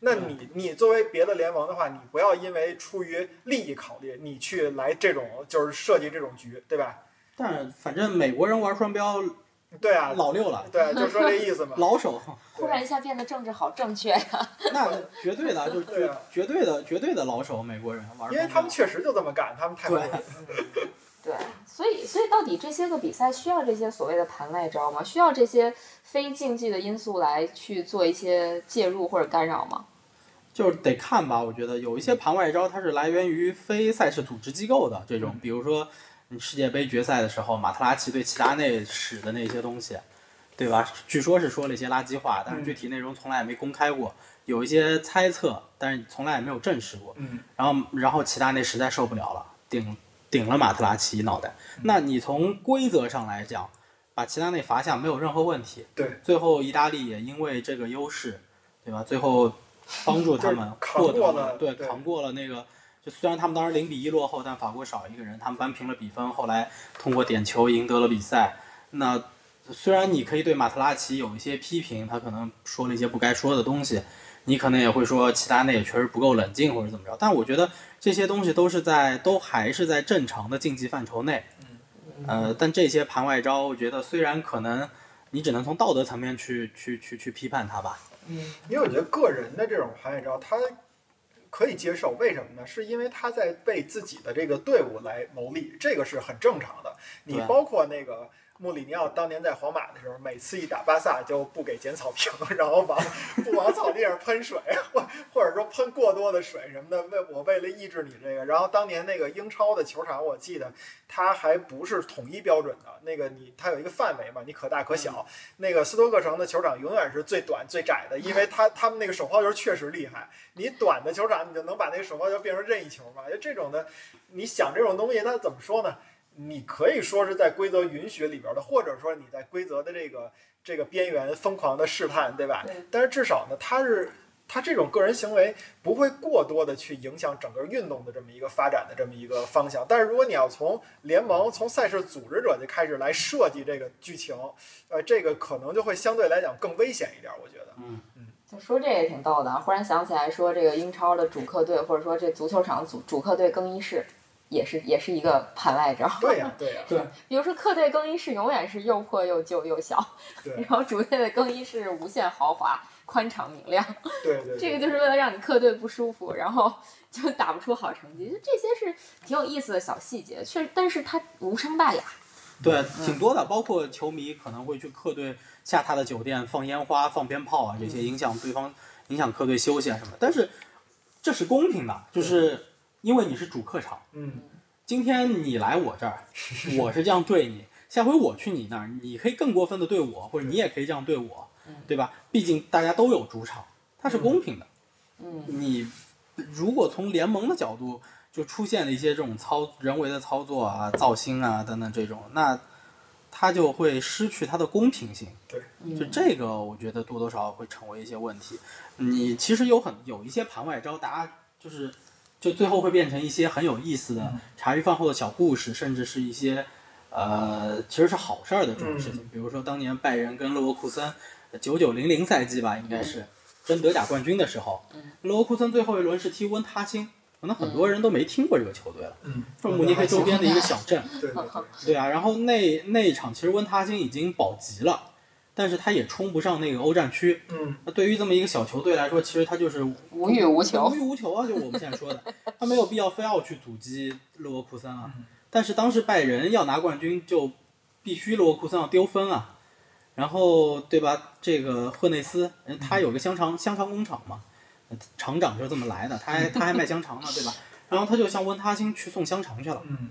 那你你作为别的联盟的话，你不要因为出于利益考虑，你去来这种就是设计这种局，对吧？
但反正美国人玩双标
对啊，
老六了，
对啊，就说这意思嘛。啊
老手，
忽然一下变得政治好正确，
那绝对的，就是
对
绝
啊
绝对的绝对的老手，美国人玩双标。
因为他们确实就这么干，他们太会
对
了。
对，所以所以到底这些个比赛需要这些所谓的盘外招吗？需要这些非竞技的因素来去做一些介入或者干扰吗？
就是得看吧，我觉得有一些盘外招，它是来源于非赛事组织机构的这种，比如说你世界杯决赛的时候，马特拉齐对齐达内使的那些东西，对吧？据说是说了一些垃圾话，但是具体内容从来也没公开过，有一些猜测，但是从来也没有证实过。
嗯，
然后然后齐达内实在受不了了，顶顶了马特拉齐一脑袋。那你从规则上来讲，把齐达内罚下没有任何问题。
对，
最后意大利也因为这个优势，对吧？最后帮助他们
就是扛
获得
过了
对，
对
扛过了那个。就虽然他们当时零比一落后，但法国少一个人，他们扳平了比分，后来通过点球赢得了比赛。那虽然你可以对马特拉齐有一些批评，他可能说了一些不该说的东西，你可能也会说齐达内也确实不够冷静或者怎么着，但我觉得这些东西都是在都还是在正常的竞技范畴内。
嗯
呃，但这些盘外招，我觉得虽然可能你只能从道德层面去去去去批判它吧。
因为我觉得个人的这种盘外招，他可以接受，为什么呢？是因为他在为自己的这个队伍来谋利，这个是很正常的。你
对
包括那个穆里尼奥当年在皇马的时候，每次一打巴萨就不给捡草坪，然后往不往草地上喷水，或或者说喷过多的水什么的，为我为了抑制你这个。然后当年那个英超的球场，我记得它还不是统一标准的，那个你它有一个范围嘛，你可大可小。那个斯托克城的球场永远是最短最窄的，因为他他们那个手抛球确实厉害。你短的球场，你就能把那个手抛球变成任意球嘛？就这种的，你想这种东西，那怎么说呢？你可以说是在规则允许里边的，或者说你在规则的这个这个边缘疯狂的试探，对吧
对？
但是至少呢，他是他这种个人行为不会过多的去影响整个运动的这么一个发展的这么一个方向。但是如果你要从联盟、从赛事组织者就开始来设计这个剧情，呃，这个可能就会相对来讲更危险一点，我觉得。
嗯，
就说这也挺逗的啊，忽然想起来说这个英超的主客队，或者说这足球场主主客队更衣室，也是也是一个盘外招。
对呀、对呀、
比如说客队更衣室永远是又破又 旧又小，
对
然后主队的更衣室无限豪华、宽敞明亮，
对对对。
这个就是为了让你客队不舒服，然后 就打不出好成绩。就这些是挺有意思的小细节，确实，但是它无伤大雅。
对，啊挺多的，包括球迷可能会去客队下榻的酒店放烟花、放鞭炮啊，这些影响对方、影响客队休息啊什么的。但是这是公平的，就是因为你是主客场，
嗯，
今天你来我 这儿，我是这样对你，下回我去你那儿，你可以更过分的对我，或者你也可以这样对我
嗯，
对吧？毕竟大家都有主场，它是公平的。
嗯，
你如果从联盟的角度就出现了一些这种操人为的操作啊、造星啊等等这种，那它就会失去它的公平性。
嗯
就这个，我觉得多多少少会成为一些问题。你其实有很有一些盘外招，大家就是就最后会变成一些很有意思的
嗯
茶余饭后的小故事，甚至是一些呃其实是好事儿的这种事
嗯
情。比如说当年拜仁跟勒沃库森九九零零赛季吧，应该
嗯
是争德甲冠军的时候
嗯，
勒沃库森最后一轮是踢温塔辛，可能很多人都没听过这个球队了，
嗯，
是慕尼黑周边的一个小 镇。
对对对，
对啊，然后那那一场其实温塔辛已经保级了，但是他也冲不上那个欧战区。
嗯，
那对于这么一个小球队来说，其实他就是无
无欲无求
无。欲无求啊，就我们现在说的，他没有必要非要去阻击勒沃库森啊
嗯。
但是当时拜仁要拿冠军，就必须勒沃库森要丢分啊。嗯然后对吧？这个赫内斯，人他有个香肠香肠工厂嘛，厂长就这么来的，他还他还卖香肠呢，对吧？然后他就向温哈辛去送香肠去了，
嗯，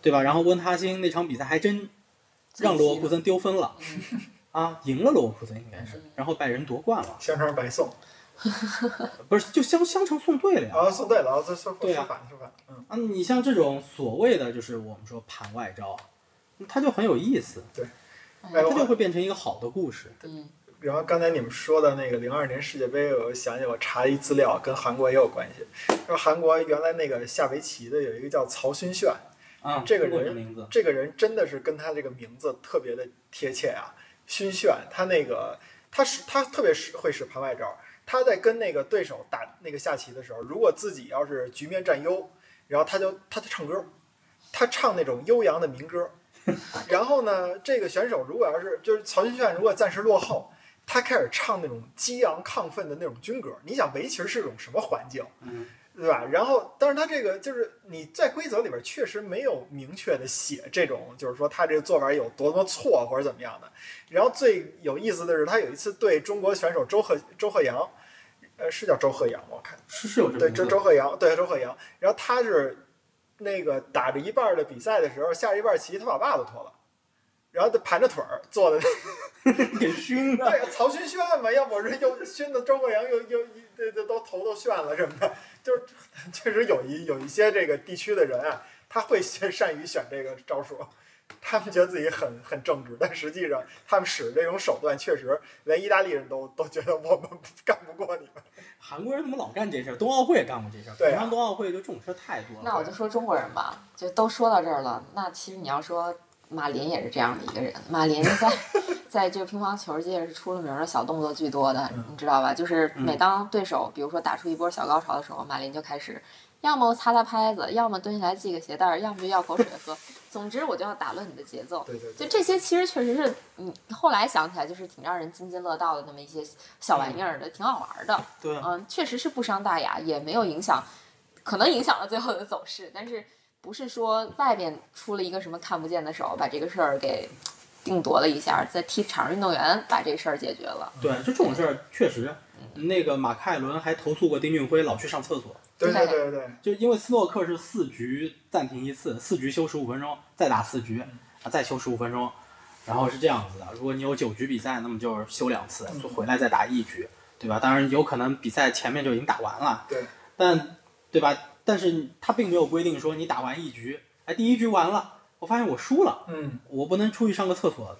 对吧？然后温哈辛那场比赛还真让罗沃库森丢分了
嗯
啊，赢了罗沃库森应该是，
嗯
然后拜仁夺冠了，
香肠白送
不是就香香肠送对了呀？
啊，送对了，啊，这送
对啊
说反了说反了，嗯，
啊，你像这种所谓的就是我们说盘外招，他就很有意思，
哎
他
我
就会变成一个好的故事。
嗯
然后刚才你们说的那个零二年世界杯，我想起我查了一资料，跟韩国也有关系。说韩国原来那个下围棋的有一个叫曹勋炫，
啊，
这个
中国
人
名字，
这个人真的是跟他这个名字特别的贴切啊。勋炫，他那个他使他特别使会使盘外招。他在跟那个对手打那个下棋的时候，如果自己要是局面占优，然后他就他就唱歌，他唱那种悠扬的民 歌。然后呢，这个选手如果要是就是曹勋炫，如果暂时落后，他开始唱那种激昂亢奋的那种军歌。你想围棋是种什么环境？
嗯，
对吧？然后，但是他这个就是你在规则里边确实没有明确的写这种，就是说他这个做法有多么错或者怎么样的。然后最有意思的是，他有一次对中国选手周鹤周鹤阳，呃，是叫周鹤阳吗，我看
是是有这
对
名字
周周鹤阳，对周鹤阳。然后他是那个打着一半儿的比赛的时候，下着一半儿棋，他把袜子脱了，然后他盘着腿儿坐在那
给 熏的。
对，曹勋炫嘛，要不是又熏的周国阳又又这这都头都炫了什么的，就是确实有一有一些这个地区的人啊，他会先善于选这个招数，他们觉得自己很很正直，但实际上他们使这种手段，确实连意大利人都都觉得我们干不过你们。
韩国人怎么老干这事儿？冬奥会也干过这事儿。
对啊
平常冬奥会就这种事儿太 多
那
了。
我就说中国人吧，就都说到这儿了。那其实你要说马林也是这样的一个人，马林在在这个乒乓球界是出了名的小动作巨多的
嗯，
你知道吧？就是每
嗯
当对手比如说打出一波小高潮的时候，马林就开始。要么擦擦拍子，要么蹲下来系个鞋带儿，要么就要口水喝。 总之，我就要打乱你的节奏。
对对
就
对，
这些，其实确实是，嗯，后来想起来就是挺让人津津乐道的那么一些小玩意儿的，挺好玩儿的。
对啊，
嗯，确实是不伤大雅，也没有影响，可能影响了最后的走势，但是不是说外边出了一个什么看不见的手把这个事儿给定夺了一下，在踢场上运动员把这事儿解决了。
对，啊就这种事儿确实，
嗯
那个马凯伦还投诉过丁俊晖老去上厕所，
对对对对，
就因为斯诺克是四局暂停一次，四局休十五分钟，再打四局，
嗯
啊，再休十五分钟，然后是这样子的。如果你有九局比赛，那么就是休两次，
嗯
就回来再打一局，对吧？当然有可能比赛前面就已经打完了，
对，
但对吧？但是他并没有规定说你打完一局，哎，第一局完了，我发现我输了。
嗯，
我不能出去上个厕所，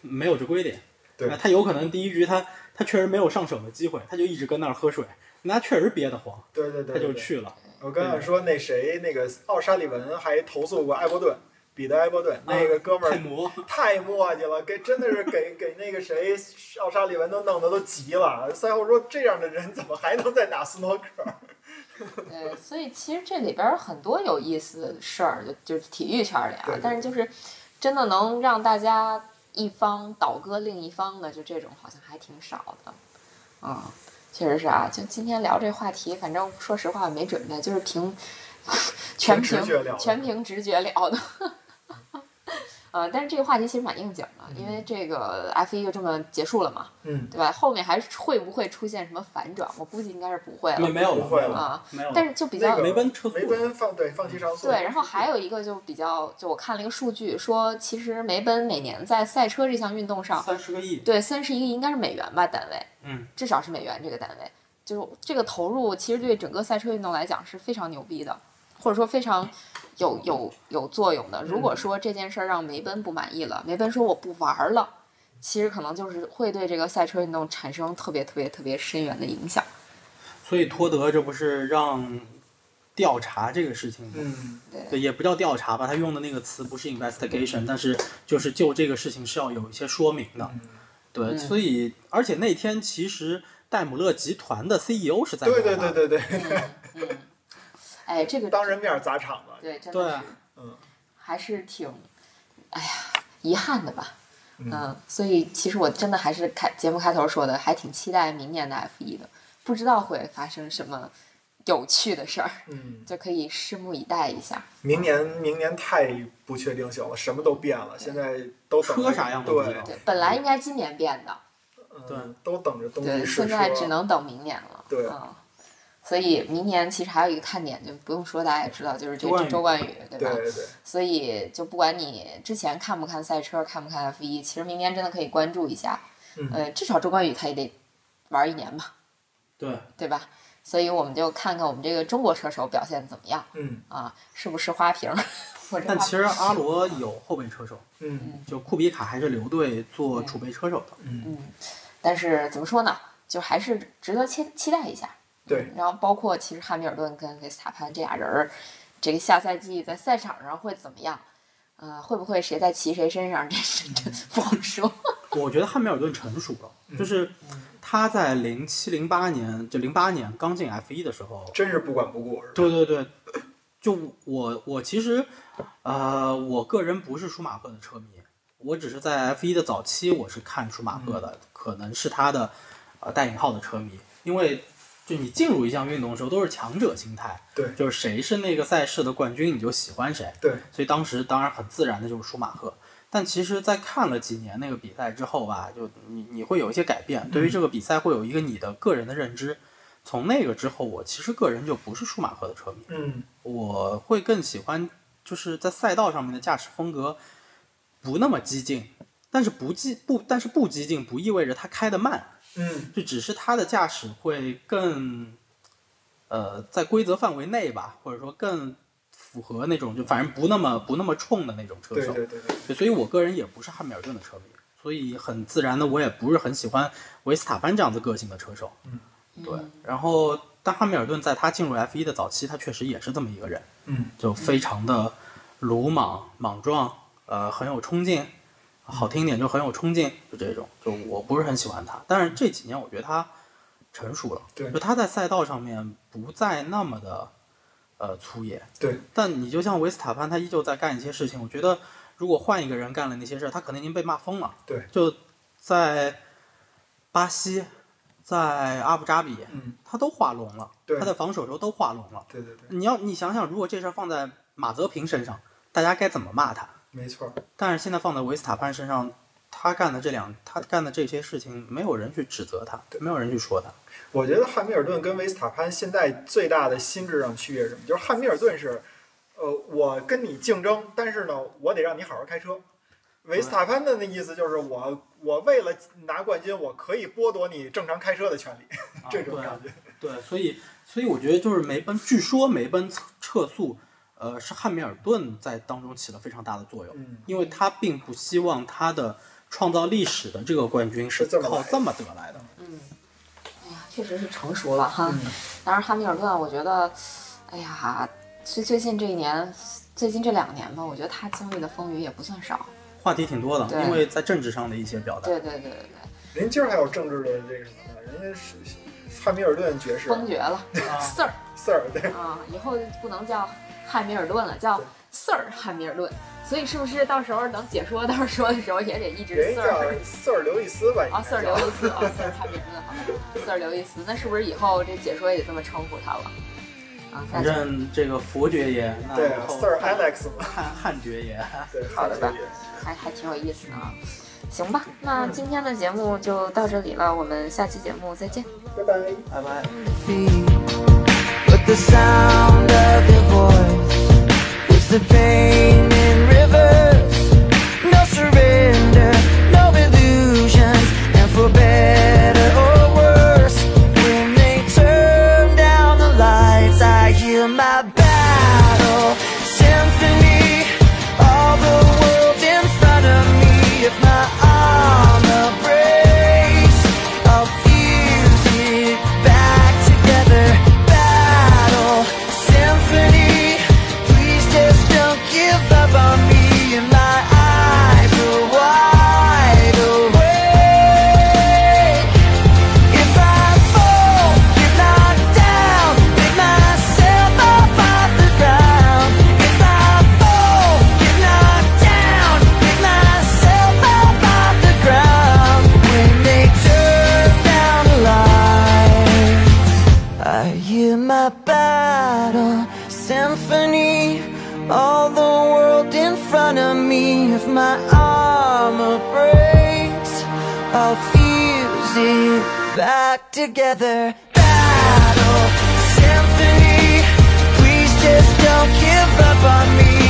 没有这规定。
对
那他有可能第一局他他确实没有上手的机会，他就一直跟那儿喝水，那他确实憋得慌，
对对对，
他就去了。
我刚想说那谁那个奥沙利文还投诉过埃伯顿，彼得埃伯顿 那个哥们儿
太磨，
太磨叽了，给真的是给 给那个谁奥沙利文都弄得都急了。赛后说这样的人怎么还能再打斯诺克？
对，所以其实这里边儿很多有意思的事儿，就就是体育圈儿里
对
啊
对，
但是就是真的能让大家一方倒戈另一方的，就这种好像还挺少的。嗯，确实是啊，就今天聊这话题，反正说实话没准备，就是 凭全
凭直
凭
觉聊的
全凭直觉聊的。 呃，但是这个话题其实蛮应景的，因为这个 F 一就这么结束了嘛，
嗯，
对吧？后面还是会不会出现什么反转？我估计应该是不会
没
了
没有了
不会了
啊。
没有了。
但是就比较、
那个
梅奔车速
梅奔放对放弃上诉，
对，然后还有一个就比较，就我看了一个数据，说其实梅奔每年在赛车这项运动
啊
上，
三十个亿，
对三十一个亿应该是美元吧单位，
嗯，
至少是美元这个单位，就是这个投入其实对整个赛车运动来讲是非常牛逼的，或者说非常有有有作用的。如果说这件事儿让梅奔不满意了，梅奔说我不玩儿了，其实可能就是会对这个赛车运动产生特别特别特别深远的影响。
所以托德这不是让调查这个事情吗？
嗯，
对，也不叫调查吧，他用的那个词不是 investigation，但是就是就这个事情是要有一些说明的。
嗯
对，
嗯
所以而且那天其实戴姆勒集团的 CEO 是在
对
罗
对
马的
对对对，
嗯嗯，哎，这个
当人面砸场子，
对，真
对
的
啊
是。
嗯，
还是挺，哎呀，遗憾的吧。
嗯
所以其实我真的还是开节目开头说的，还挺期待明年的 F 一的，不知道会发生什么有趣的事儿，
嗯，
就可以拭目以待一下。
明年明年太不确定性了，什么都变了，现在都等
车啥样都不知
对
道，
对，本来应该今年变的，
对
嗯，都等着东
对，现
西试
在只
车。
能等明年了。
对
嗯，所以明年其实还有一个看点，就不用说，大家也知道，就是这
周冠宇
周冠宇，对
对
吧？
对对，
所以就不管你之前看不看赛车，看不看 F 一，其实明年真的可以关注一下。
嗯
呃，至少周冠宇他也得玩一年吧，
对，
对吧？所以我们就看看我们这个中国车手表现怎么样
嗯
啊，是不是花瓶儿？或者
但
花
其实阿罗有后备车手，
嗯
就库比卡还是留队做储备车手的。
嗯，
嗯，但是怎么说呢，就还是值得期期待一下。
对，
然后包括其实汉密尔顿跟维斯塔潘这俩人儿，这个下赛季在赛场上会怎么样？呃，会不会谁在骑谁身上？这是 这不好说。
我觉得汉密尔顿成熟了，就是他在零七零八年，就零八年刚进 F 一的时候，
真是不管不顾，是吧？
对对对，就我我其实，呃，我个人不是舒马赫的车迷，我只是在 F 一的早期我是看舒马赫的，可能是他的呃带引号的车迷，因为就你进入一项运动的时候都是强者心态，
对
就是谁是那个赛事的冠军你就喜欢谁，
对，
所以当时当然很自然的就是舒马赫。但其实，在看了几年那个比赛之后吧，就你你会有一些改变，对于这个比赛会有一个你的个人的认知。从那个之后，我其实个人就不是舒马赫的车迷，
嗯
我会更喜欢就是在赛道上面的驾驶风格不那么激进，但是不激不但是不激进不意味着他开得慢，
嗯
就只是他的驾驶会更，呃，在规则范围内吧，或者说更符合那种就反正不那么不那么冲的那种车
对
手。
对对对，
对所以我个人也不是汉密尔顿的车迷，所以很自然的我也不是很喜欢维斯塔潘这样子个性的车手。
嗯
对，然后但汉密尔顿在他进入 F 一的早期，他确实也是这么一个人，
嗯，
就非常的鲁莽、莽撞，呃，很有冲劲，好听一点就很有冲劲，就这种，就我不是很喜欢他。但是这几年我觉得他成熟了，
对
就他在赛道上面不再那么的呃粗野，
对，
但你就像维斯塔潘，他依旧在干一些事情。我觉得，如果换一个人干了那些事儿，他可能已经被骂疯了。
对，
就在巴西，在阿布扎比，
嗯，
他都画龙了。
对
他在防守的时候都画龙了。
对对对，
你要你想想，如果这事儿放在马泽平身上，大家该怎么骂他？
没错儿，
但是现在放在维斯塔潘身上，他干的这两，他干的这些事情，没有人去指责他，没有人去说他。
我觉得汉密尔顿跟维斯塔潘现在最大的心智上区别是什么？就是汉密尔顿是，呃，我跟你竞争，但是呢，我得让你好好开车。维斯塔潘的那意思就是我，我为了拿冠军，我可以剥夺你正常开车的权利， 这种
对啊
感觉。
对，所以所以我觉得就是梅奔，据说梅奔撤撤诉，呃，是汉密尔顿在当中起了非常大的作用，
嗯，
因为他并不希望他的创造历史的这个冠军是
是这么
靠
来的
这么得来的。
嗯，哎呀，确实是成熟了哈。
嗯
当然，汉密尔顿，我觉得，哎呀，最最近这一年，最近这两年吧，我觉得他经历的风雨也不算少。
话题挺多的，
对
因为在政治上的一些表达，
对对对对对，
人今儿还有政治的这个什么呢？人家是汉密尔顿爵士
封爵了，Sir
啊 Sir，对，
啊，以后不能叫汉密尔顿了，叫
对
Sir 汉密尔顿。所以是不是到时候等解说到时候的时候也得一直
人
Sir
家叫 Sir 刘易斯吧，
啊
应
，Sir
该
刘
叫。
易斯啊，Sir 汉密尔顿好吧，Sir 刘易斯，那是不是以后这解说也这么称呼他了？啊，
反正这个佛爵爷，那
对
以
啊
后
，Sir Alex 嘛，
汉汉爵爷，
对，
好的吧
汉爵爷
还还挺有意思的啊。行吧，那今天的节目就到这里了，我们下期节目再见。
拜拜。
拜拜。
But the sound of your voice is the pain in reverse. No surrender, no illusions, and for better or worse. When they turn down the lights, I hear my battle symphony. All the world in front of me, if my armor breaks, I'll fuse it back together. Battle symphony, please just don't give up on me. And my eyes are wide awake. If I fall, get knocked down, pick myself up off the ground. If I fall, get knocked down, pick myself up off the ground. When they turn down the lights, I hear my battle symphony. All the world in front of me. If my armor breaks, I'll fuse see back together. Battle symphony, please just don't give up on me.